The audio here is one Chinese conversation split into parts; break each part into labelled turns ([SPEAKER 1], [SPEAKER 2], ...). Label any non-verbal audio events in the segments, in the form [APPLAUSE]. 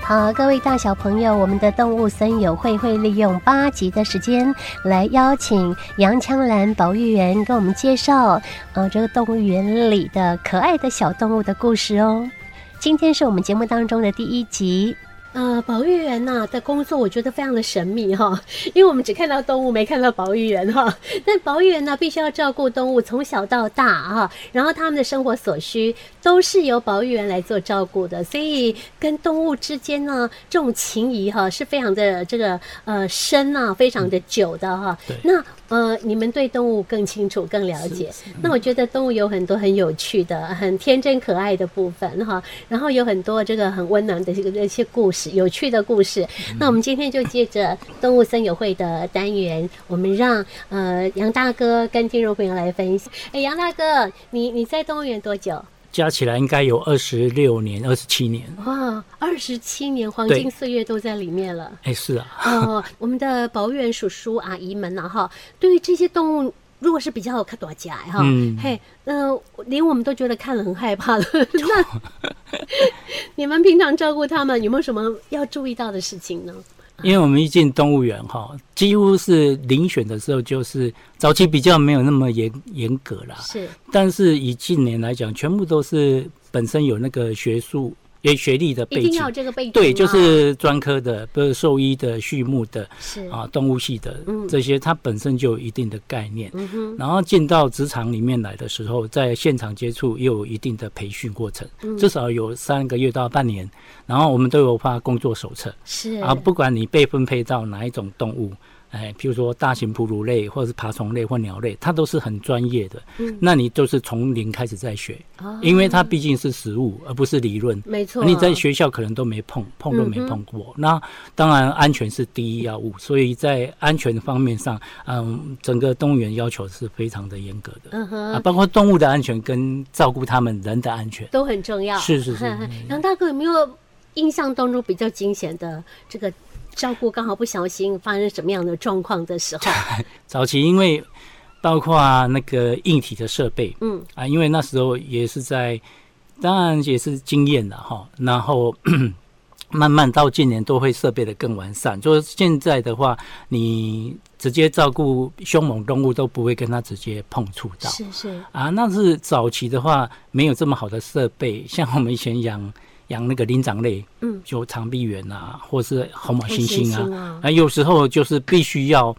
[SPEAKER 1] 好，各位大小朋友，我们的动物森友会会利用八集的时间来邀请杨枪兰保育员跟我们介绍，呃，这个动物园里的可爱的小动物的故事哦。今天是我们节目当中的第一集。
[SPEAKER 2] 呃，保育员呐、的工作我觉得非常的神秘哈，因为我们只看到动物，没看到保育员哈。但保育员呢，必须要照顾动物从小到大哈，然后他们的生活所需都是由保育员来做照顾的，所以跟动物之间呢，这种情谊哈是非常的这个呃深啊，非常的久的哈。
[SPEAKER 3] 对
[SPEAKER 2] 那呃，你们对动物更清楚、更了解。那我觉得动物有很多很有趣的、很天真可爱的部分哈，然后有很多这个很温暖的这个这些故事、有趣的故事。那我们今天就借着动物森友会的单元，我们让呃杨大哥跟听众朋友来分享。哎，杨大哥，你你在动物园多久？
[SPEAKER 3] 加起来应该有二十六年、二十七年。
[SPEAKER 2] 哇，二十七年黄
[SPEAKER 3] 对
[SPEAKER 2] 金岁月都在里面 [LAUGHS] 了。
[SPEAKER 3] 哎，是啊，
[SPEAKER 2] 哦，我们的保育员叔叔阿姨们呢、哈，对于这些动物，如果是比较看多家啊哈，
[SPEAKER 3] 嗯
[SPEAKER 2] 嘿，呃，连我们都觉得看了很害 [LAUGHS] 怕了。那 [LAUGHS] 你们平常照顾他们，有没有什么要注意到的事情呢？
[SPEAKER 3] 因为我们一进动物园哈，几乎是遴选的时候就是早期比较没有那么严严格啦，
[SPEAKER 2] 是
[SPEAKER 3] 但是以近年来讲，全部都是本身有那个学术、有学历的
[SPEAKER 2] 一
[SPEAKER 3] 背
[SPEAKER 2] 定
[SPEAKER 3] 景
[SPEAKER 2] 要有，这个背景吗，
[SPEAKER 3] 对，就是专科的，不是兽医的、畜牧的，
[SPEAKER 2] 是
[SPEAKER 3] 啊，动物系的
[SPEAKER 2] 嗯
[SPEAKER 3] 这些，它本身就有一定的概念。
[SPEAKER 2] 嗯哼，
[SPEAKER 3] 然后进到职场里面来的时候，在现场接触也有一定的培训过程，
[SPEAKER 2] 嗯
[SPEAKER 3] 至少有三个月到半年。然后我们都有发工作手册
[SPEAKER 2] 是
[SPEAKER 3] 啊，不管你被分配到哪一种动物，哎，譬如说大型哺乳类或者是爬虫类或鸟类，它都是很专业的。
[SPEAKER 2] 嗯
[SPEAKER 3] 那你就是从零开始在学，
[SPEAKER 2] 哦
[SPEAKER 3] 因为它毕竟是实物而不是理论。
[SPEAKER 2] 没错，
[SPEAKER 3] 你在学校可能都没碰，碰都没碰过。那当然，安全是第一要务，所以在安全方面上，嗯，整个动物园要求是非常的严格的、
[SPEAKER 2] 嗯哼
[SPEAKER 3] 啊，包括动物的安全跟照顾他们人的安全。
[SPEAKER 2] 都很重要。
[SPEAKER 3] 是是是
[SPEAKER 2] [LAUGHS] 杨大哥有没有印象当中比较惊险的这个照顾？刚好不小心发生什么样的状况的
[SPEAKER 3] [LAUGHS]
[SPEAKER 2] 时候？
[SPEAKER 3] 早期因为包括那个硬体的设备
[SPEAKER 2] 嗯，
[SPEAKER 3] 啊，因为那时候也是在，当然也是经验了哈，然后。 [COUGHS] 慢慢到近年都会设备的更完善，就是现在的话，你直接照顾凶猛动物都不会跟它直接碰触到
[SPEAKER 2] 是是，
[SPEAKER 3] 啊。那是早期的话没有这么好的设备，像我们以前养养那个灵长类，
[SPEAKER 2] 嗯
[SPEAKER 3] 就长臂猿啊，或是红毛
[SPEAKER 2] 黑
[SPEAKER 3] 猩猩
[SPEAKER 2] 啊，
[SPEAKER 3] 啊，啊，有时候就是必须要，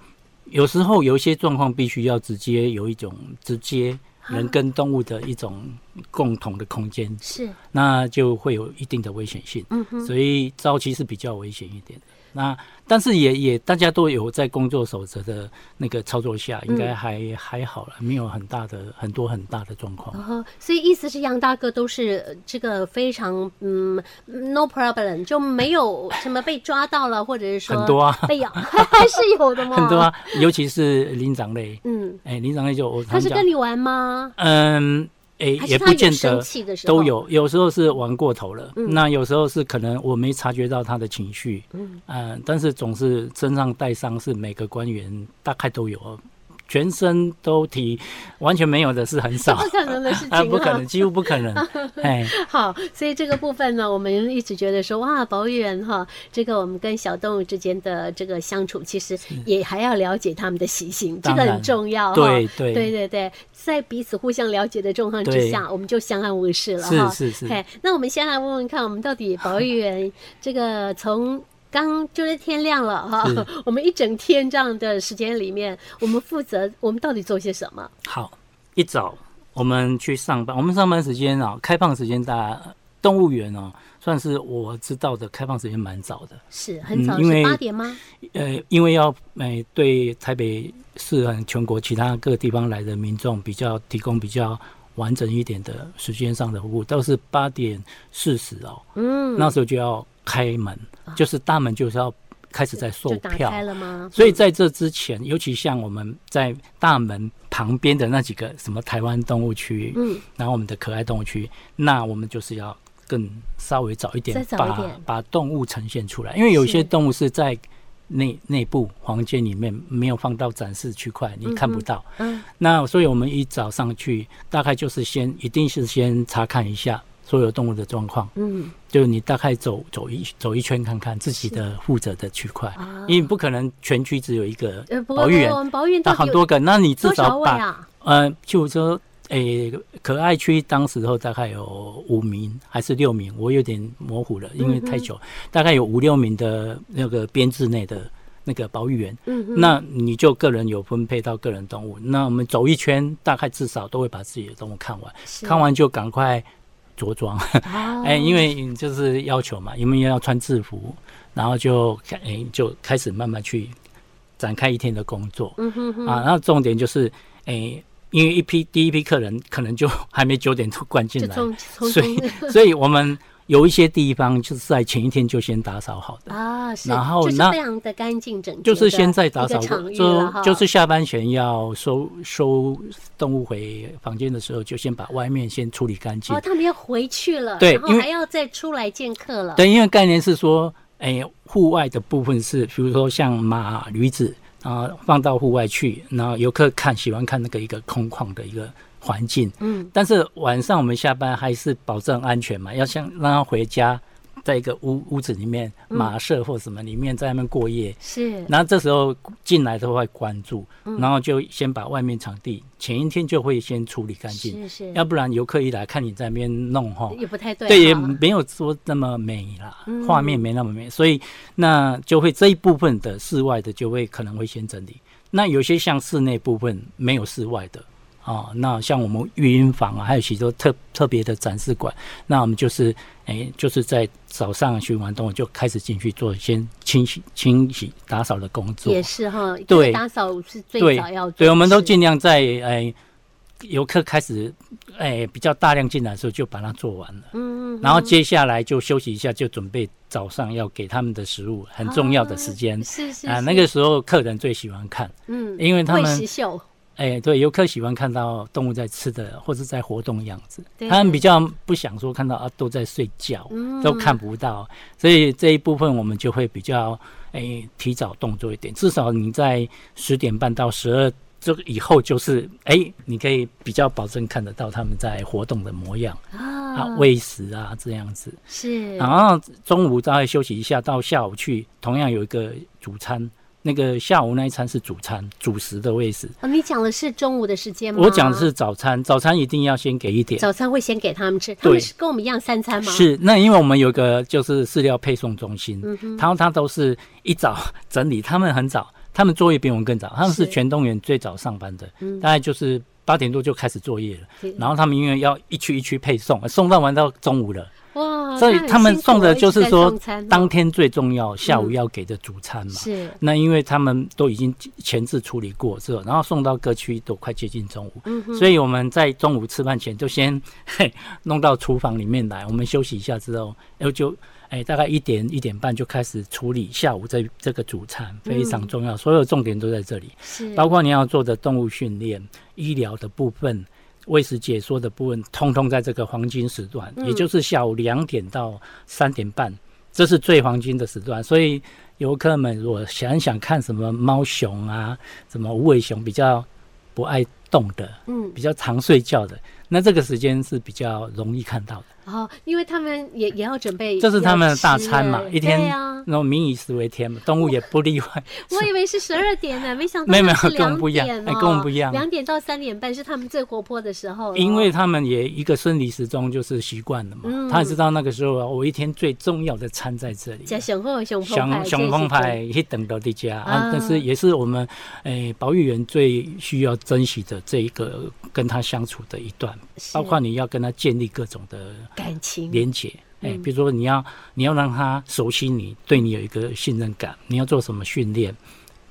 [SPEAKER 3] 有时候有一些状况必须要直接有一种直接
[SPEAKER 2] 啊
[SPEAKER 3] 人跟动物的一种共同的空间，
[SPEAKER 2] 是，
[SPEAKER 3] 那就会有一定的危险性。
[SPEAKER 2] 嗯哼，
[SPEAKER 3] 所以早期是比较危险一点的。那但是也也大家都有在工作守则的那个操作
[SPEAKER 2] 嗯
[SPEAKER 3] 下，应该还、还好了，没有很大的很多很大的状况。
[SPEAKER 2] 然后哦所以意思是杨大哥都是呃这个非常嗯，no problem，就没有什么被抓到了，或者是说
[SPEAKER 3] 很多啊
[SPEAKER 2] 被咬
[SPEAKER 3] [LAUGHS]
[SPEAKER 2] 是有的吗？
[SPEAKER 3] 很多，啊，尤其是灵长类，
[SPEAKER 2] 嗯，
[SPEAKER 3] 哎、灵长类就我
[SPEAKER 2] 他
[SPEAKER 3] 常
[SPEAKER 2] 是
[SPEAKER 3] 讲
[SPEAKER 2] 跟，你玩吗？
[SPEAKER 3] 嗯，哎、
[SPEAKER 2] 还是
[SPEAKER 3] 也
[SPEAKER 2] 他
[SPEAKER 3] 不
[SPEAKER 2] 有
[SPEAKER 3] 见
[SPEAKER 2] 生
[SPEAKER 3] 得
[SPEAKER 2] 气的时候
[SPEAKER 3] 都，有，有时候是玩过头了，
[SPEAKER 2] 嗯
[SPEAKER 3] 那有时候是可能我没察觉到他的情绪，
[SPEAKER 2] 嗯
[SPEAKER 3] 呃，但是总是身上带伤是每个官员大概都有哦，全身都提，完全没有的是很少
[SPEAKER 2] 不 [LAUGHS] 可能的事情、
[SPEAKER 3] 啊，不可能，几乎不
[SPEAKER 2] [LAUGHS]
[SPEAKER 3] 可能，哎，
[SPEAKER 2] 好，所以这个部分呢，我们一直觉得说，哇，保育员哈，这个我们跟小动物之间的这个相处，其实也还要了解他们的习性，这
[SPEAKER 3] 当
[SPEAKER 2] 个
[SPEAKER 3] 然
[SPEAKER 2] 很重要哈。
[SPEAKER 3] 对对
[SPEAKER 2] 对对对在彼此互相了解的状况之
[SPEAKER 3] 对
[SPEAKER 2] 下，我们就相安无事了哈。
[SPEAKER 3] 是是是，
[SPEAKER 2] 嘿，那我们先来问问看，我们到底保育员这个从刚就是天亮了哈
[SPEAKER 3] 是，
[SPEAKER 2] [LAUGHS] 我们一整天这样的时间里面，我们负责我们到底做些什么？
[SPEAKER 3] 好，一早我们去上班，我们上班时间啊，开放时间大概动物园哦、算是我知道的开放时间蛮早的，
[SPEAKER 2] 是很
[SPEAKER 3] 嗯
[SPEAKER 2] 早
[SPEAKER 3] 因
[SPEAKER 2] 是
[SPEAKER 3] 为
[SPEAKER 2] 八点吗？
[SPEAKER 3] 呃，因为要呃对台北市和全国其他各个地方来的民众比较提供比较完整一点的时间上的服务，倒是八点四十哦，
[SPEAKER 2] 嗯，啊
[SPEAKER 3] 那时候就要开门，就是大门就是要开始在售
[SPEAKER 2] 就打
[SPEAKER 3] 票。
[SPEAKER 2] 开了吗？
[SPEAKER 3] 所以在这之前，尤其像我们在大门旁边的那几个什么台湾动物区，
[SPEAKER 2] 嗯，
[SPEAKER 3] 然后我们的可爱动物区，那我们就是要更稍微早一
[SPEAKER 2] 再
[SPEAKER 3] 点
[SPEAKER 2] 早一
[SPEAKER 3] 把
[SPEAKER 2] 点
[SPEAKER 3] 把动物呈现出来，因为有些
[SPEAKER 2] 是
[SPEAKER 3] 动物是在内内部房间里面没有放到展示区块，你看不到。
[SPEAKER 2] 嗯
[SPEAKER 3] 那所以我们一早上去，大概就是先一定是先查看一下所有动物的状况，
[SPEAKER 2] 嗯，
[SPEAKER 3] 就是你大概走走一走一圈看看自己的负责的区块，
[SPEAKER 2] 啊
[SPEAKER 3] 因为不可能全区只有一个
[SPEAKER 2] 呃，不过
[SPEAKER 3] 保育员，
[SPEAKER 2] 我们保育员
[SPEAKER 3] 那
[SPEAKER 2] 到底
[SPEAKER 3] 很
[SPEAKER 2] 有
[SPEAKER 3] 多个，那你至
[SPEAKER 2] 多少
[SPEAKER 3] 少
[SPEAKER 2] 位
[SPEAKER 3] 把
[SPEAKER 2] 啊？
[SPEAKER 3] 呃，就说，诶、可爱区当时候大概有五名还是六名，我有点模糊了，因为
[SPEAKER 2] 嗯
[SPEAKER 3] 太久，大概有五六名的那个编制内的那个保育员，
[SPEAKER 2] 嗯哼，
[SPEAKER 3] 那你就个人有分配到个人动物，那我们走一圈，大概至少都会把自己的动物看完，
[SPEAKER 2] 是
[SPEAKER 3] 看完就赶快着装，
[SPEAKER 2] 哦
[SPEAKER 3] [LAUGHS] 哎、因为你就是要求嘛，因为要穿制服，然后就开、哎就开始慢慢去展开一天的工作，
[SPEAKER 2] 嗯哼哼，
[SPEAKER 3] 啊，那重点就是，诶、因为一批第一批客人可能就 [LAUGHS] 还没九点多灌进
[SPEAKER 2] 就
[SPEAKER 3] 来，
[SPEAKER 2] 从从
[SPEAKER 3] 所以所以我们有一些地方就是在前一天就先打扫好的，
[SPEAKER 2] 啊，是，
[SPEAKER 3] 然后
[SPEAKER 2] 就是
[SPEAKER 3] 那
[SPEAKER 2] 非常的干净整洁的，
[SPEAKER 3] 就是先在打
[SPEAKER 2] 一个
[SPEAKER 3] 扫
[SPEAKER 2] 场
[SPEAKER 3] 过，
[SPEAKER 2] 域了哈
[SPEAKER 3] 就就是下班前要收收动物回房间的时候，就先把外面先处理干净
[SPEAKER 2] 哦，。他们要回去了，
[SPEAKER 3] 对
[SPEAKER 2] 然后
[SPEAKER 3] 因为
[SPEAKER 2] 还要再出来见客了，
[SPEAKER 3] 对，因为概念是说，诶、户外的部分是，比如说像马、驴子啊，放到户外去，然后游客看喜欢看那个一个空旷的一个环境。
[SPEAKER 2] 嗯，
[SPEAKER 3] 但是晚上我们下班还是保证安全嘛，要像让他回家，在一个屋屋子里面、马舍或什么里面在那边过夜。
[SPEAKER 2] 是，
[SPEAKER 3] 然后这时候进来都会关注，然后就先把外面场地前一天就会先处理干净，
[SPEAKER 2] 是是，
[SPEAKER 3] 要不然游客一来看你在那边弄哈，
[SPEAKER 2] 也不太对，嗯
[SPEAKER 3] 对，也
[SPEAKER 2] 哈
[SPEAKER 3] 没有说那么美啦，画面没那么美，所以那就会这一部分的室外的就会可能会先整理。那有些像室内部分没有室外的啊、那像我们育婴房啊，还有许多特特别的展示馆，那我们就是哎、就是在早上巡完动物就开始进去做先清洗、清洗、打扫的工作。
[SPEAKER 2] 也是哈，这个
[SPEAKER 3] 对
[SPEAKER 2] 打扫是最
[SPEAKER 3] 对
[SPEAKER 2] 早要做的事，
[SPEAKER 3] 对，我们都尽量在哎游客开始哎比较大量进来的时候就把它做完了。
[SPEAKER 2] 嗯，嗯，
[SPEAKER 3] 然后接下来就休息一下，就准备早上要给他们的食物，很重要的时间
[SPEAKER 2] 嗯是是
[SPEAKER 3] 啊。
[SPEAKER 2] 是
[SPEAKER 3] 那个时候客人最喜欢看，
[SPEAKER 2] 嗯，
[SPEAKER 3] 因为他
[SPEAKER 2] 会
[SPEAKER 3] 们
[SPEAKER 2] 石秀
[SPEAKER 3] 哎，对，游客喜欢看到动物在吃的或是在活动的样子，
[SPEAKER 2] 对
[SPEAKER 3] 他们比较不想说看到啊都在睡觉，
[SPEAKER 2] 嗯
[SPEAKER 3] 都看不到，所以这一部分我们就会比较哎提早动作一点，至少你在十点半到十二。这个以后就是哎，你可以比较保证看得到他们在活动的模样啊，
[SPEAKER 2] 啊，
[SPEAKER 3] 喂食啊这样子。
[SPEAKER 2] 是
[SPEAKER 3] 然后中午大概休息一下，到下午去同样有一个主餐，那个下午那一餐是主餐主食的位置。
[SPEAKER 2] 哦，你讲的是中午的时间吗？
[SPEAKER 3] 我讲的是早餐，早餐一定要先给一点。
[SPEAKER 2] 嗯早餐会先给他们吃，他们
[SPEAKER 3] 对
[SPEAKER 2] 是跟我们一样三餐吗？，
[SPEAKER 3] 是，那因为我们有一个就是饲料配送中心，
[SPEAKER 2] 嗯
[SPEAKER 3] 然后它都是一早整理，他们很早，他们作业比我们更早，他们是
[SPEAKER 2] 是嗯
[SPEAKER 3] 全动员最早上班的，大概就是八点多就开始作业了。
[SPEAKER 2] 是
[SPEAKER 3] 然后他们因为要一区一区配送，送到完到中午了，
[SPEAKER 2] 哇，
[SPEAKER 3] 所以
[SPEAKER 2] 那很
[SPEAKER 3] 他们
[SPEAKER 2] 辛苦
[SPEAKER 3] 送的
[SPEAKER 2] 哦一直
[SPEAKER 3] 就是
[SPEAKER 2] 在
[SPEAKER 3] 说
[SPEAKER 2] 送餐哦哦嗯
[SPEAKER 3] 当天最重要下午要给的主餐嘛。
[SPEAKER 2] 是
[SPEAKER 3] 那因为他们都已经前置处理过之后，然后送到各区都快接近中午，
[SPEAKER 2] 嗯
[SPEAKER 3] 所以我们在中午吃饭前就先 [LAUGHS] 嘿弄到厨房里面来，我们休息一下之后，然后就哎大概一点一点半就开始处理下午这这个主餐，非
[SPEAKER 2] 嗯
[SPEAKER 3] 常重要，所有重点都在这里，
[SPEAKER 2] 是
[SPEAKER 3] 包括你要做的动物训练、医疗的部分。喂食解说的部分，通通在这个黄金时段，
[SPEAKER 2] 嗯
[SPEAKER 3] 也就是下午两点到三点半，这是最黄金的时段。所以游客们如果想想看什么猫熊啊，什么无尾熊比较不爱动的，
[SPEAKER 2] 嗯
[SPEAKER 3] 比较常睡觉的，那这个时间是比较容易看到的。
[SPEAKER 2] 哦，因为他们也也要准备要吃耶，
[SPEAKER 3] 这是他们的大餐嘛，一天
[SPEAKER 2] 对啊，
[SPEAKER 3] 那种民以食为天嘛，动物也不例外。
[SPEAKER 2] 我以为是十二点
[SPEAKER 3] [LAUGHS]
[SPEAKER 2] 呢，没想到
[SPEAKER 3] 没有没有
[SPEAKER 2] 他们是
[SPEAKER 3] 跟我们不一样
[SPEAKER 2] 2点
[SPEAKER 3] 哎
[SPEAKER 2] 哦
[SPEAKER 3] 跟我们不一样
[SPEAKER 2] 两点到三点半是他们最活泼的时候了哦，
[SPEAKER 3] 因为他们也一个生理时钟就是习惯了嘛，
[SPEAKER 2] 嗯
[SPEAKER 3] 他也知道那个时候啊，我一天最重要的餐在这里。
[SPEAKER 2] 加雄厚雄澎湃
[SPEAKER 3] 熊熊澎湃，一等到的家
[SPEAKER 2] 啊
[SPEAKER 3] 啊，但是也是我们诶、保育员最需要珍惜的这一个跟他相处的一段，
[SPEAKER 2] 是
[SPEAKER 3] 包括你要跟他建立各种的
[SPEAKER 2] 感情
[SPEAKER 3] 连结。
[SPEAKER 2] 嗯
[SPEAKER 3] 哎、比如说你要你要让他熟悉你，对你有一个信任感，你要做什么训练，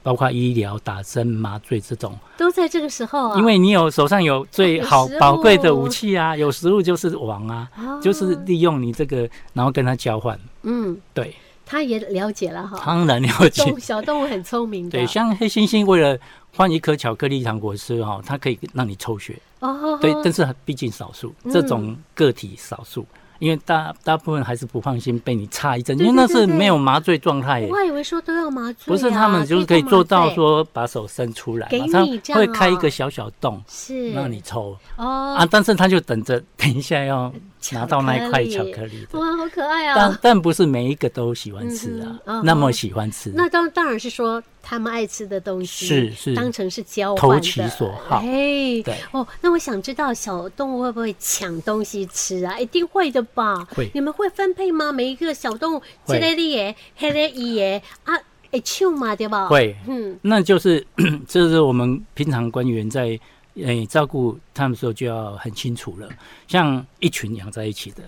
[SPEAKER 3] 包括医疗、打针、麻醉这种，
[SPEAKER 2] 都在这个时候啊，
[SPEAKER 3] 因为你有手上有最好
[SPEAKER 2] 有食物
[SPEAKER 3] 宝贵的武器啊，有食物就是王啊，
[SPEAKER 2] 哦
[SPEAKER 3] 就是利用你这个，然后跟他交换。
[SPEAKER 2] 嗯，
[SPEAKER 3] 对，
[SPEAKER 2] 他也了解了哈，
[SPEAKER 3] 当然了解。
[SPEAKER 2] 动小动物很聪明的，
[SPEAKER 3] 对，像黑猩猩为了换一颗巧克力糖果吃哈、哦，它可以让你抽血。
[SPEAKER 2] 哦，嗯
[SPEAKER 3] 对，但是毕竟少数，这种个体少数，因为大大部分还是不放心被你插一针，
[SPEAKER 2] 对
[SPEAKER 3] 因为那
[SPEAKER 2] 对对
[SPEAKER 3] 是
[SPEAKER 2] 对
[SPEAKER 3] 没有麻醉状态耶。
[SPEAKER 2] 哦我还以为说都要麻醉啊，
[SPEAKER 3] 不是他们就是可以
[SPEAKER 2] 做
[SPEAKER 3] 做到
[SPEAKER 2] 麻醉
[SPEAKER 3] 说把手伸出来
[SPEAKER 2] 给
[SPEAKER 3] 嘛，
[SPEAKER 2] 你
[SPEAKER 3] 他
[SPEAKER 2] 这样
[SPEAKER 3] 会
[SPEAKER 2] 哦
[SPEAKER 3] 开一个小小洞
[SPEAKER 2] 是
[SPEAKER 3] 让你抽
[SPEAKER 2] 哦
[SPEAKER 3] 啊啊，但是他就等着等一下要拿到那一块巧克力的。
[SPEAKER 2] 哇，好可爱
[SPEAKER 3] 但
[SPEAKER 2] 啊！
[SPEAKER 3] 但不是每一个都喜欢吃
[SPEAKER 2] 嗯
[SPEAKER 3] 啊，
[SPEAKER 2] 哼哦
[SPEAKER 3] 那么喜欢吃，
[SPEAKER 2] 那当当然是说他们爱吃的东西
[SPEAKER 3] 是是
[SPEAKER 2] 当成是交换
[SPEAKER 3] 投
[SPEAKER 2] 的
[SPEAKER 3] 其所好
[SPEAKER 2] 哎，
[SPEAKER 3] 对
[SPEAKER 2] 哦，那我想知道小动物会不会抢东西吃啊？一定会的吧？
[SPEAKER 3] 会
[SPEAKER 2] 你们会分配吗？每一个小动物，这
[SPEAKER 3] 会
[SPEAKER 2] 类的耶，黑类耶啊，哎，唱嘛对吧？，
[SPEAKER 3] 会，
[SPEAKER 2] 嗯，
[SPEAKER 3] 那就是 [COUGHS] 这是我们平常官员在诶、照顾他们的时候就要很清楚了。像一群养在一起的，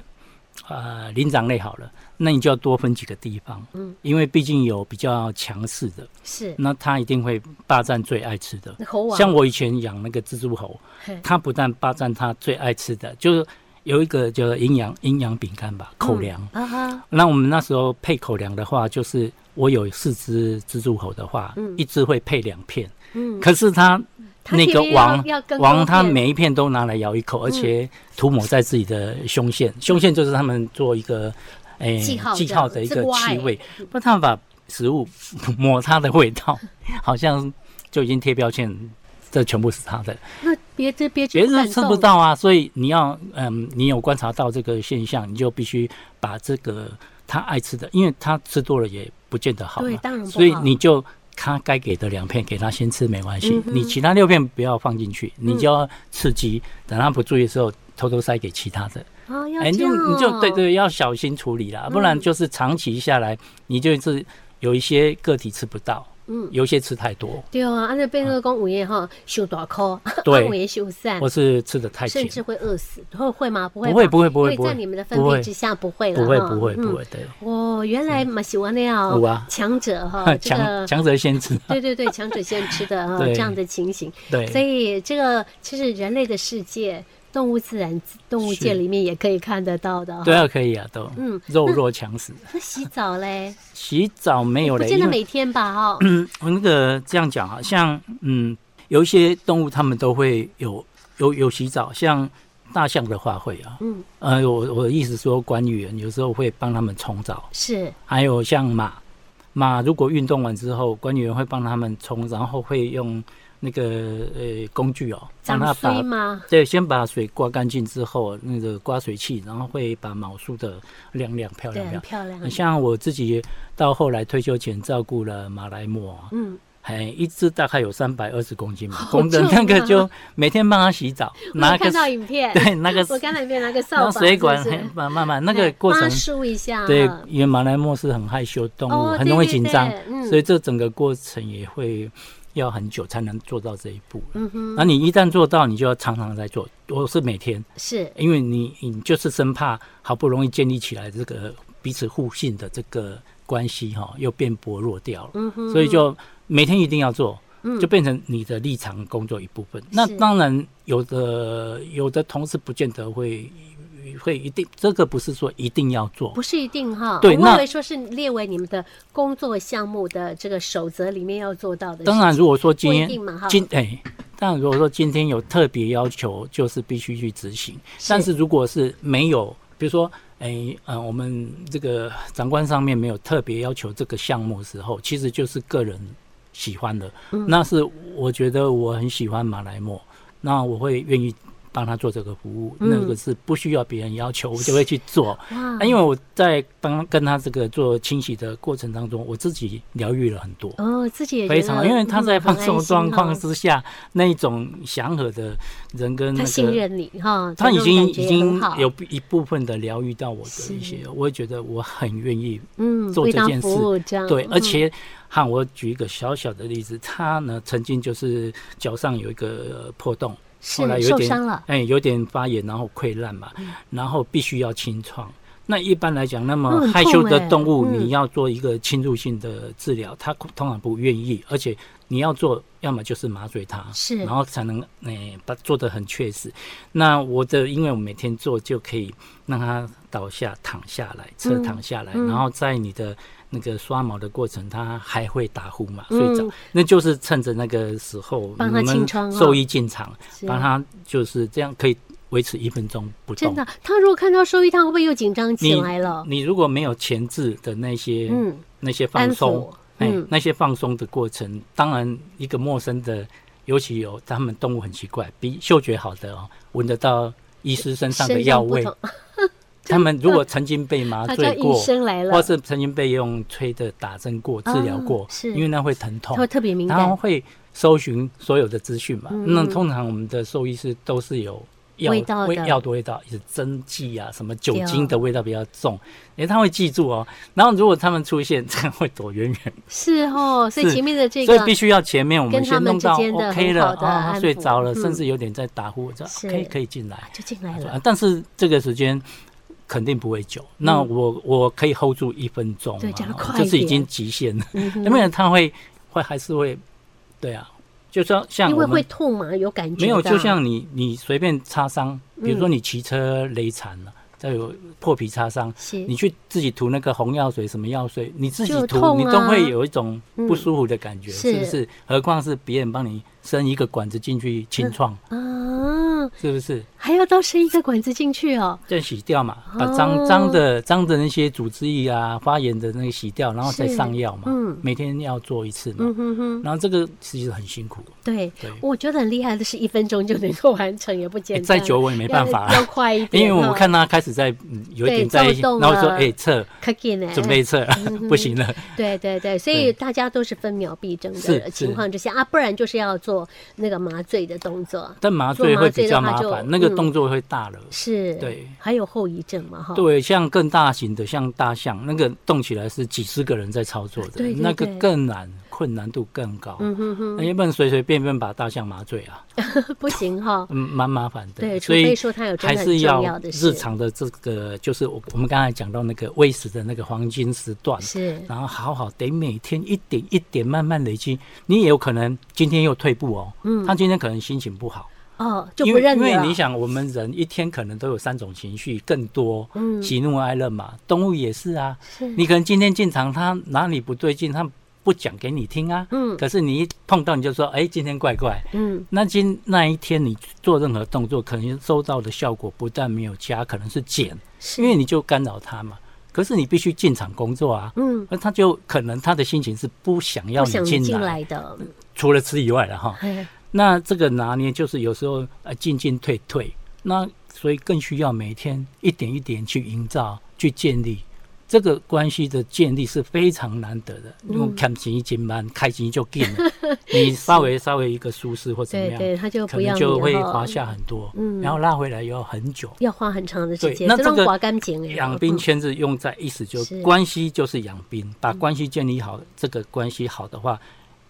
[SPEAKER 3] 啊，灵长类好了，那你就要多分几个地方，
[SPEAKER 2] 嗯，
[SPEAKER 3] 因为毕竟有比较强势的，
[SPEAKER 2] 是
[SPEAKER 3] 那他一定会霸占最爱吃的。
[SPEAKER 2] 猴王，
[SPEAKER 3] 嗯像我以前养那个蜘蛛猴，
[SPEAKER 2] 嘿
[SPEAKER 3] 它不但霸占它最爱吃的，就是有一个叫营养营养饼干吧，口粮。
[SPEAKER 2] 啊哈，
[SPEAKER 3] 那我们那时候配口粮的话，就是我有四只蜘蛛猴的话，
[SPEAKER 2] 嗯
[SPEAKER 3] 一只会配两片。
[SPEAKER 2] 嗯，
[SPEAKER 3] 可是它
[SPEAKER 2] 他
[SPEAKER 3] 那
[SPEAKER 2] 偏
[SPEAKER 3] 个
[SPEAKER 2] 偏要
[SPEAKER 3] 王
[SPEAKER 2] 要跟
[SPEAKER 3] 王，
[SPEAKER 2] 高
[SPEAKER 3] 它
[SPEAKER 2] 片嗯
[SPEAKER 3] 每一片都拿来咬一口，而且涂抹在自己的胸线，胸线就是他们做一个诶、
[SPEAKER 2] 记号
[SPEAKER 3] 记
[SPEAKER 2] 这
[SPEAKER 3] 号
[SPEAKER 2] 样
[SPEAKER 3] 的一
[SPEAKER 2] 这
[SPEAKER 3] 个
[SPEAKER 2] 个
[SPEAKER 3] 气
[SPEAKER 2] Y
[SPEAKER 3] 味，不然他把食物抹它的味道，好像就已经贴标签。这全部是他的，
[SPEAKER 2] 那别这别
[SPEAKER 3] 别
[SPEAKER 2] 去
[SPEAKER 3] 人
[SPEAKER 2] 撼
[SPEAKER 3] 吃
[SPEAKER 2] 动
[SPEAKER 3] 不到啊，所以你要，嗯，你有观察到这个现象，你就必须把这个他爱吃的，因为他吃多了也不见得好嘛，
[SPEAKER 2] 对，当然不好。
[SPEAKER 3] 所以你就他该给的两片给他先吃没关系
[SPEAKER 2] 嗯，哼嗯
[SPEAKER 3] 你其他六片不要放进去，你就要刺激，等他不注意的时候偷偷塞给其他的，
[SPEAKER 2] 啊，要
[SPEAKER 3] 哎，你
[SPEAKER 2] 这
[SPEAKER 3] 就
[SPEAKER 2] 样哦、
[SPEAKER 3] 你就对对要小心处
[SPEAKER 2] 嗯
[SPEAKER 3] 理啦，不然就是长期下来，你就是有一些个体吃不到，
[SPEAKER 2] 嗯
[SPEAKER 3] 有一些吃太多，
[SPEAKER 2] 对啊，按照变个公五爷哈，修大颗，
[SPEAKER 3] 啊对
[SPEAKER 2] 五爷修散，
[SPEAKER 3] 或是吃的太
[SPEAKER 2] 嗯甚
[SPEAKER 3] 紧，
[SPEAKER 2] 至会饿死，会会吗？不会吧，
[SPEAKER 3] 不会不会不会
[SPEAKER 2] 因
[SPEAKER 3] 不
[SPEAKER 2] 为
[SPEAKER 3] 会
[SPEAKER 2] 在你们的分
[SPEAKER 3] 不
[SPEAKER 2] 配
[SPEAKER 3] 会
[SPEAKER 2] 之下不会了，
[SPEAKER 3] 不会
[SPEAKER 2] 哈
[SPEAKER 3] 不会不。
[SPEAKER 2] 嗯
[SPEAKER 3] 会，对，
[SPEAKER 2] 哦，原来嘛喜欢那样，
[SPEAKER 3] 有啊，
[SPEAKER 2] 强者哈
[SPEAKER 3] [LAUGHS]
[SPEAKER 2] 哦这个
[SPEAKER 3] 强强者
[SPEAKER 2] [LAUGHS]
[SPEAKER 3] 先吃，
[SPEAKER 2] 对对对，强者先吃的啊，
[SPEAKER 3] 对
[SPEAKER 2] 这样的情形。所
[SPEAKER 3] 对，
[SPEAKER 2] 以这个其实人类的世界，动物自然动物界
[SPEAKER 3] 是
[SPEAKER 2] 里面也可以看得到的。
[SPEAKER 3] 对，啊可以啊都，
[SPEAKER 2] 哦嗯
[SPEAKER 3] 肉弱强食，
[SPEAKER 2] 那洗澡嘞，
[SPEAKER 3] 洗澡没有
[SPEAKER 2] 不
[SPEAKER 3] 嘞，
[SPEAKER 2] 见
[SPEAKER 3] 因
[SPEAKER 2] 得
[SPEAKER 3] 为。
[SPEAKER 2] 每天吧哦
[SPEAKER 3] [CLEARS THROAT]
[SPEAKER 2] 哈。
[SPEAKER 3] 我那个这样讲啊，像嗯，有一些动物它们都会有有有洗澡，像大象的话会啊，
[SPEAKER 2] 嗯，
[SPEAKER 3] 呃，我我的意思说，管理员有时候会帮他们冲澡，
[SPEAKER 2] 是
[SPEAKER 3] 还有像马，马如果运动完之后，管理员会帮他们冲，然后会用那个呃工具哦，帮
[SPEAKER 2] 长
[SPEAKER 3] 他
[SPEAKER 2] 衰
[SPEAKER 3] 把
[SPEAKER 2] 吗？
[SPEAKER 3] 对，先把水刮干净之后，那个刮水器，然后会把毛梳的亮亮漂
[SPEAKER 2] 对，
[SPEAKER 3] 亮
[SPEAKER 2] 很
[SPEAKER 3] 亮。
[SPEAKER 2] 漂亮。
[SPEAKER 3] 像我自己到后来退休前照顾了马来貘啊，
[SPEAKER 2] 嗯，
[SPEAKER 3] 哎，一只大概有三百二十公斤吧，
[SPEAKER 2] 好
[SPEAKER 3] 公的
[SPEAKER 2] 重
[SPEAKER 3] 那个
[SPEAKER 2] 啊
[SPEAKER 3] 就每天帮它洗澡，
[SPEAKER 2] [LAUGHS] 我
[SPEAKER 3] 拿
[SPEAKER 2] 有嗯
[SPEAKER 3] 个
[SPEAKER 2] 看到影片，
[SPEAKER 3] [LAUGHS] 对那个
[SPEAKER 2] 我刚才里面拿个扫
[SPEAKER 3] 拿
[SPEAKER 2] 把，
[SPEAKER 3] 水管
[SPEAKER 2] 是不是
[SPEAKER 3] 很慢慢慢那个过程
[SPEAKER 2] 哎，梳一下，
[SPEAKER 3] 对，因为马来貘是很害羞动物，
[SPEAKER 2] 哦
[SPEAKER 3] 很容易紧张
[SPEAKER 2] 对对对嗯，
[SPEAKER 3] 所以这整个过程也会要很久才能做到这一步。
[SPEAKER 2] 嗯哼，
[SPEAKER 3] 那你一旦做到，你就要常常在做。我是每天，
[SPEAKER 2] 是
[SPEAKER 3] 因为你你就是生怕好不容易建立起来这个彼此互信的这个关系哈、又变薄弱掉了。
[SPEAKER 2] 嗯哼，
[SPEAKER 3] 所以就每天一定要做
[SPEAKER 2] 嗯，
[SPEAKER 3] 就变成你的立场工作一部分。那
[SPEAKER 2] 是
[SPEAKER 3] 当然，有的有的同事不见得会会一定，这个不是说一定要做
[SPEAKER 2] 不，是一定哈。
[SPEAKER 3] 对
[SPEAKER 2] 我以
[SPEAKER 3] 那
[SPEAKER 2] 为说是列为你们的工作项目的这个守则里面要做到的。
[SPEAKER 3] 当然，，如果说今
[SPEAKER 2] 不一定嘛
[SPEAKER 3] 天
[SPEAKER 2] 哈
[SPEAKER 3] 今哎，当然如果说今天有特别要求，就是必须去执行。
[SPEAKER 2] 是
[SPEAKER 3] 但是如果是没有，比如说哎嗯、呃我们这个长官上面没有特别要求这个项目的时候，其实就是个人喜欢的。
[SPEAKER 2] 嗯
[SPEAKER 3] 那是我觉得我很喜欢马来貘，那我会愿意。帮他做这个服务，
[SPEAKER 2] 嗯
[SPEAKER 3] 那个是不需要别人要求，我就会去做。
[SPEAKER 2] 哇
[SPEAKER 3] 啊，因为我在帮跟他这个做清洗的过程当中，我自己疗愈了很多。
[SPEAKER 2] 哦，自己也
[SPEAKER 3] 非
[SPEAKER 2] 觉
[SPEAKER 3] 常好，
[SPEAKER 2] 得
[SPEAKER 3] 因为他
[SPEAKER 2] 嗯
[SPEAKER 3] 在
[SPEAKER 2] 很
[SPEAKER 3] 放
[SPEAKER 2] 安
[SPEAKER 3] 松
[SPEAKER 2] 心哦
[SPEAKER 3] 状况
[SPEAKER 2] 哈
[SPEAKER 3] 之下，那一种祥和的人跟那
[SPEAKER 2] 他
[SPEAKER 3] 个，
[SPEAKER 2] 信任你哈，
[SPEAKER 3] 他已
[SPEAKER 2] 这种
[SPEAKER 3] 经
[SPEAKER 2] 感
[SPEAKER 3] 已
[SPEAKER 2] 觉也
[SPEAKER 3] 经
[SPEAKER 2] 很好
[SPEAKER 3] 有一部分的疗愈到我
[SPEAKER 2] 是
[SPEAKER 3] 的一些，我也觉得我很愿意
[SPEAKER 2] 嗯
[SPEAKER 3] 做
[SPEAKER 2] 为
[SPEAKER 3] 这
[SPEAKER 2] 他
[SPEAKER 3] 件
[SPEAKER 2] 服
[SPEAKER 3] 事
[SPEAKER 2] 务这样
[SPEAKER 3] 对，
[SPEAKER 2] 嗯
[SPEAKER 3] 而且哈，我举一个小小的例子，他呢曾经就是脚上有一个破洞，后来
[SPEAKER 2] 是
[SPEAKER 3] 有
[SPEAKER 2] 受
[SPEAKER 3] 点
[SPEAKER 2] 伤了，
[SPEAKER 3] 哎、有点发炎，然后溃烂嘛，
[SPEAKER 2] 嗯
[SPEAKER 3] 然后必须要清创。那一般来讲，那
[SPEAKER 2] 那
[SPEAKER 3] 么
[SPEAKER 2] 很
[SPEAKER 3] 害羞
[SPEAKER 2] 痛
[SPEAKER 3] 的
[SPEAKER 2] 哎
[SPEAKER 3] 动物，
[SPEAKER 2] 嗯
[SPEAKER 3] 你要做一个侵入性的治疗，它通常不愿意，而且你要做，要么就是麻醉它，
[SPEAKER 2] 是
[SPEAKER 3] 然后才能诶、哎把做得很确实。那我的，因为我每天做就可以让它倒下、躺下来、侧躺下来，
[SPEAKER 2] 嗯
[SPEAKER 3] 然后在你的那个刷毛的过程，它还会打呼嘛，
[SPEAKER 2] 嗯
[SPEAKER 3] 睡着，那就是趁着那个时候，
[SPEAKER 2] 帮它
[SPEAKER 3] 你
[SPEAKER 2] 清
[SPEAKER 3] 们
[SPEAKER 2] 创哦
[SPEAKER 3] 兽医进场，
[SPEAKER 2] 是
[SPEAKER 3] 帮他就是这样可以维持一分钟不
[SPEAKER 2] 真
[SPEAKER 3] 动。
[SPEAKER 2] 的，他如果看到收益，他会不会又紧张起
[SPEAKER 3] 你
[SPEAKER 2] 来了？
[SPEAKER 3] 你如果没有前置的那些、
[SPEAKER 2] 嗯，
[SPEAKER 3] 那些放
[SPEAKER 2] 安
[SPEAKER 3] 松
[SPEAKER 2] 抚，，
[SPEAKER 3] 哎、
[SPEAKER 2] 嗯
[SPEAKER 3] 那些放松的过程，当然一个陌生的，尤其有他们动物很奇怪，比嗅觉好的哦，闻得到医师身上的
[SPEAKER 2] 身
[SPEAKER 3] 药
[SPEAKER 2] 上不 [LAUGHS]
[SPEAKER 3] 味
[SPEAKER 2] 同，，
[SPEAKER 3] 他们如果曾经被麻
[SPEAKER 2] 他叫
[SPEAKER 3] 醉
[SPEAKER 2] 医
[SPEAKER 3] 过，
[SPEAKER 2] 生啊来
[SPEAKER 3] 或
[SPEAKER 2] 了，
[SPEAKER 3] 是曾经被用吹的打针过、治疗过，
[SPEAKER 2] 哦是
[SPEAKER 3] 因为那会疼
[SPEAKER 2] 他
[SPEAKER 3] 痛
[SPEAKER 2] 会，特别敏
[SPEAKER 3] 然后
[SPEAKER 2] 感，
[SPEAKER 3] 会搜寻所有的资讯嘛。
[SPEAKER 2] 嗯
[SPEAKER 3] 那通常我们的兽医师都是有药
[SPEAKER 2] 味道的
[SPEAKER 3] 药的味道，也是针剂啊，什么酒
[SPEAKER 1] 对
[SPEAKER 3] 精的味道比较重，诶，他会记住哦。然后如果他们出现，这样会躲远远，
[SPEAKER 2] 是哦，所以
[SPEAKER 3] 是
[SPEAKER 2] 前面的这
[SPEAKER 3] 所以必
[SPEAKER 2] 个
[SPEAKER 3] 须要前面我
[SPEAKER 2] 跟
[SPEAKER 3] 们
[SPEAKER 2] 他
[SPEAKER 3] 先
[SPEAKER 2] 们
[SPEAKER 3] 弄到
[SPEAKER 2] 之间的
[SPEAKER 3] OK
[SPEAKER 2] 很好
[SPEAKER 3] 了
[SPEAKER 2] 的
[SPEAKER 3] 啊，
[SPEAKER 2] 安抚
[SPEAKER 3] 睡着了，
[SPEAKER 2] 嗯
[SPEAKER 3] 甚至有点在打呼，这
[SPEAKER 2] 是
[SPEAKER 3] 可以可以进来。
[SPEAKER 2] 就进来了
[SPEAKER 3] 啊，但是这个时间肯定不会久。那
[SPEAKER 2] 嗯
[SPEAKER 3] 我我可以 hold 住一分钟嘛，哦
[SPEAKER 2] 对讲得快
[SPEAKER 3] 就是
[SPEAKER 2] 一
[SPEAKER 3] 已
[SPEAKER 2] 点
[SPEAKER 3] 经极限了，
[SPEAKER 2] 嗯哼，
[SPEAKER 3] 因为他会会还是会，对啊，就像像
[SPEAKER 2] 因为
[SPEAKER 3] 我
[SPEAKER 2] 会
[SPEAKER 3] 们
[SPEAKER 2] 痛嘛，有感觉
[SPEAKER 3] 没有，
[SPEAKER 2] 的
[SPEAKER 3] 就像你你随便擦伤，
[SPEAKER 2] 嗯
[SPEAKER 3] 比如说你骑车雷残了，再有破皮擦伤。
[SPEAKER 2] 是
[SPEAKER 3] 你去自己涂那个红药水，什么药水，你自己
[SPEAKER 2] 嗯就
[SPEAKER 3] 涂，
[SPEAKER 2] 痛
[SPEAKER 3] 你
[SPEAKER 2] 啊
[SPEAKER 3] 都会有一种
[SPEAKER 2] 嗯
[SPEAKER 3] 不舒服的感觉，
[SPEAKER 2] 是
[SPEAKER 3] 是不是？何况是别人帮你伸一个管子进去清创，
[SPEAKER 2] 嗯啊，
[SPEAKER 3] 是不是？
[SPEAKER 2] 还要到伸一个管子进去哦，
[SPEAKER 3] 再洗掉嘛，把
[SPEAKER 2] 哦
[SPEAKER 3] 脏脏的脏的那些组织液啊、发炎的那个洗掉，然后再
[SPEAKER 2] 是
[SPEAKER 3] 上药嘛。
[SPEAKER 2] 嗯
[SPEAKER 3] 每天要做一次嘛。
[SPEAKER 2] 嗯哼哼，
[SPEAKER 3] 然后这个其实很辛苦，
[SPEAKER 2] 对
[SPEAKER 3] 对，
[SPEAKER 2] 我觉得很厉害的是一分钟就能够完成，也不简
[SPEAKER 3] 诶
[SPEAKER 2] 单，
[SPEAKER 3] 再久我也没办法
[SPEAKER 2] 要要
[SPEAKER 3] 了，
[SPEAKER 2] 快一点，
[SPEAKER 3] 因为我们看他开始在嗯有一
[SPEAKER 2] 对
[SPEAKER 3] 点在
[SPEAKER 2] 躁，动
[SPEAKER 3] 然后说
[SPEAKER 2] 了
[SPEAKER 3] 哎测，
[SPEAKER 2] 看见呢，
[SPEAKER 3] 准备测
[SPEAKER 2] 嗯，
[SPEAKER 3] 不行了，
[SPEAKER 2] 对对对，所以大家都是分秒必争的
[SPEAKER 3] 是
[SPEAKER 2] 情况之下啊，不然就是要做那个麻醉的动作，
[SPEAKER 3] 但麻
[SPEAKER 2] 做
[SPEAKER 3] 醉
[SPEAKER 2] 麻
[SPEAKER 3] 会
[SPEAKER 2] 醉
[SPEAKER 3] 比
[SPEAKER 2] 的
[SPEAKER 3] 较
[SPEAKER 2] 话
[SPEAKER 3] 麻
[SPEAKER 2] 就
[SPEAKER 3] 烦，那个
[SPEAKER 2] 嗯
[SPEAKER 3] 动作会大了。
[SPEAKER 2] 是，
[SPEAKER 3] 对，
[SPEAKER 2] 还有后遗症嘛哈，
[SPEAKER 3] 对，像更大型的，像大象，那个动起来是几十个人在操作的，
[SPEAKER 2] 对对
[SPEAKER 3] 那个
[SPEAKER 2] 对
[SPEAKER 3] 更难，困难度更高。
[SPEAKER 2] 嗯哼哼，
[SPEAKER 3] 那也不能随随便便把大象麻醉啊，
[SPEAKER 2] 不行哈，
[SPEAKER 3] 嗯，蛮麻烦的。
[SPEAKER 2] 对，除
[SPEAKER 3] 所以
[SPEAKER 2] 非说他有真
[SPEAKER 3] 还
[SPEAKER 2] 的很
[SPEAKER 3] 是
[SPEAKER 2] 重要
[SPEAKER 3] 要
[SPEAKER 2] 的事
[SPEAKER 3] 日，常的这个，就是我我们刚才讲到那个喂食的那个黄金时段，
[SPEAKER 2] 是
[SPEAKER 3] 然后好好得每天一点一点慢慢累积。你也有可能今天又退步哦，
[SPEAKER 2] 嗯
[SPEAKER 3] 他今天可能心情不好，
[SPEAKER 2] 哦，就
[SPEAKER 3] 因
[SPEAKER 2] 不
[SPEAKER 3] 为
[SPEAKER 2] 认
[SPEAKER 3] 因
[SPEAKER 2] 了，
[SPEAKER 3] 为你想，我们人一天可能都有三种情绪，更多，
[SPEAKER 2] 嗯
[SPEAKER 3] 喜怒哀乐嘛，动物也是啊。你可能今天进场，它哪里不对劲，它不讲给你听啊。
[SPEAKER 2] 嗯
[SPEAKER 3] 可是你一碰到，你就说，哎，今天怪怪。
[SPEAKER 2] 嗯
[SPEAKER 3] 那今那一天你做任何动作，可能收到的效果不但没有加，可能是减，
[SPEAKER 2] 是
[SPEAKER 3] 因为你就干扰他嘛。可是你必须进场工作啊，
[SPEAKER 2] 嗯
[SPEAKER 3] 那他就可能他的心情是不想要
[SPEAKER 2] 不
[SPEAKER 3] 你
[SPEAKER 2] 想
[SPEAKER 3] 进
[SPEAKER 2] 进
[SPEAKER 3] 来，
[SPEAKER 2] 来的，
[SPEAKER 3] 除了吃以外了哈。
[SPEAKER 2] 哎
[SPEAKER 3] 那这个拿捏就是有时候呃进进退退，那所以更需要每天一点一点去营造、去建立这个关系的建立是非常难得的。
[SPEAKER 2] 嗯
[SPEAKER 3] 用看情一斤班，开心就进
[SPEAKER 2] [LAUGHS]
[SPEAKER 3] 了，你稍微稍微一个舒适或怎么
[SPEAKER 2] 对
[SPEAKER 3] 样，
[SPEAKER 2] 对，他就不
[SPEAKER 3] 可能
[SPEAKER 2] 要
[SPEAKER 3] 就
[SPEAKER 2] 你
[SPEAKER 3] 会
[SPEAKER 2] 了
[SPEAKER 3] 滑下很多，
[SPEAKER 2] 嗯
[SPEAKER 3] 然后拉回来要很久。
[SPEAKER 2] 要花很长的时
[SPEAKER 3] 对
[SPEAKER 2] 间，
[SPEAKER 3] 那
[SPEAKER 2] 这
[SPEAKER 3] 这
[SPEAKER 2] 种
[SPEAKER 3] 个
[SPEAKER 2] 滑干净哎，
[SPEAKER 3] 养兵千日，用在一时就是关系就是养兵，把
[SPEAKER 2] 嗯
[SPEAKER 3] 关系建立好，这个关系好的话，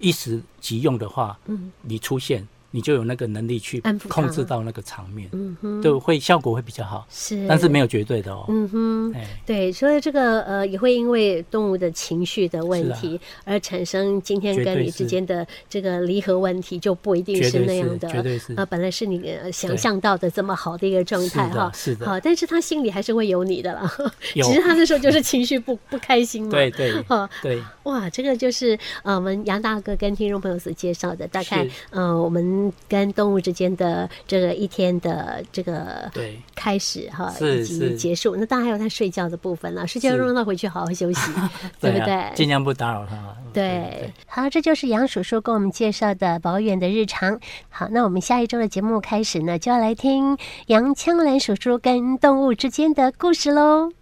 [SPEAKER 3] 一时急用的话，
[SPEAKER 2] 嗯
[SPEAKER 3] 你出现你就有那个能力去
[SPEAKER 2] 安抚它
[SPEAKER 3] 控制到那个场面，
[SPEAKER 2] 嗯哼，
[SPEAKER 3] 对，会效果会比较好，
[SPEAKER 2] 是，
[SPEAKER 3] 但是没有绝对的哦。
[SPEAKER 2] 嗯哼。
[SPEAKER 3] 哎，
[SPEAKER 2] 对，所以这个呃，也会因为动物的情绪的问题
[SPEAKER 3] 啊
[SPEAKER 2] 而产生今天
[SPEAKER 3] 绝
[SPEAKER 2] 跟
[SPEAKER 3] 对
[SPEAKER 2] 你之
[SPEAKER 3] 是
[SPEAKER 2] 间的这个离合问题，就不一定
[SPEAKER 3] 绝
[SPEAKER 2] 是
[SPEAKER 3] 对
[SPEAKER 2] 那
[SPEAKER 3] 是
[SPEAKER 2] 样的，
[SPEAKER 3] 绝对是
[SPEAKER 2] 呃，本来是你呃想
[SPEAKER 3] 对
[SPEAKER 2] 象到的这么好的一个状
[SPEAKER 3] 是
[SPEAKER 2] 态哈
[SPEAKER 3] 的，，是的，
[SPEAKER 2] 好，但是他心里还是会有你的啦，
[SPEAKER 3] 有
[SPEAKER 2] 只是他那时候就是情绪不不开心嘛，
[SPEAKER 3] 对
[SPEAKER 2] [LAUGHS]
[SPEAKER 3] 对
[SPEAKER 2] 好，
[SPEAKER 3] 对，
[SPEAKER 2] 哇，这个就是呃，我们杨大哥跟听众朋友所介绍的，大概
[SPEAKER 3] 是
[SPEAKER 2] 呃，我们跟动物之间的这个一天的这个
[SPEAKER 3] 对
[SPEAKER 2] 开始哈，
[SPEAKER 3] 是
[SPEAKER 2] 以及
[SPEAKER 3] 是
[SPEAKER 2] 结束。那当然还有他睡觉的部分了，睡觉
[SPEAKER 3] 是
[SPEAKER 2] 让他回去好好休
[SPEAKER 3] [LAUGHS]
[SPEAKER 2] 息，对不
[SPEAKER 3] 啊
[SPEAKER 2] 对？
[SPEAKER 3] 尽量不打扰他。
[SPEAKER 2] 对，
[SPEAKER 1] 好，这就是杨叔叔给我们介绍的保远的日常。好，那我们下一周的节目开始呢，就要来听杨枪兰叔叔跟动物之间的故事喽。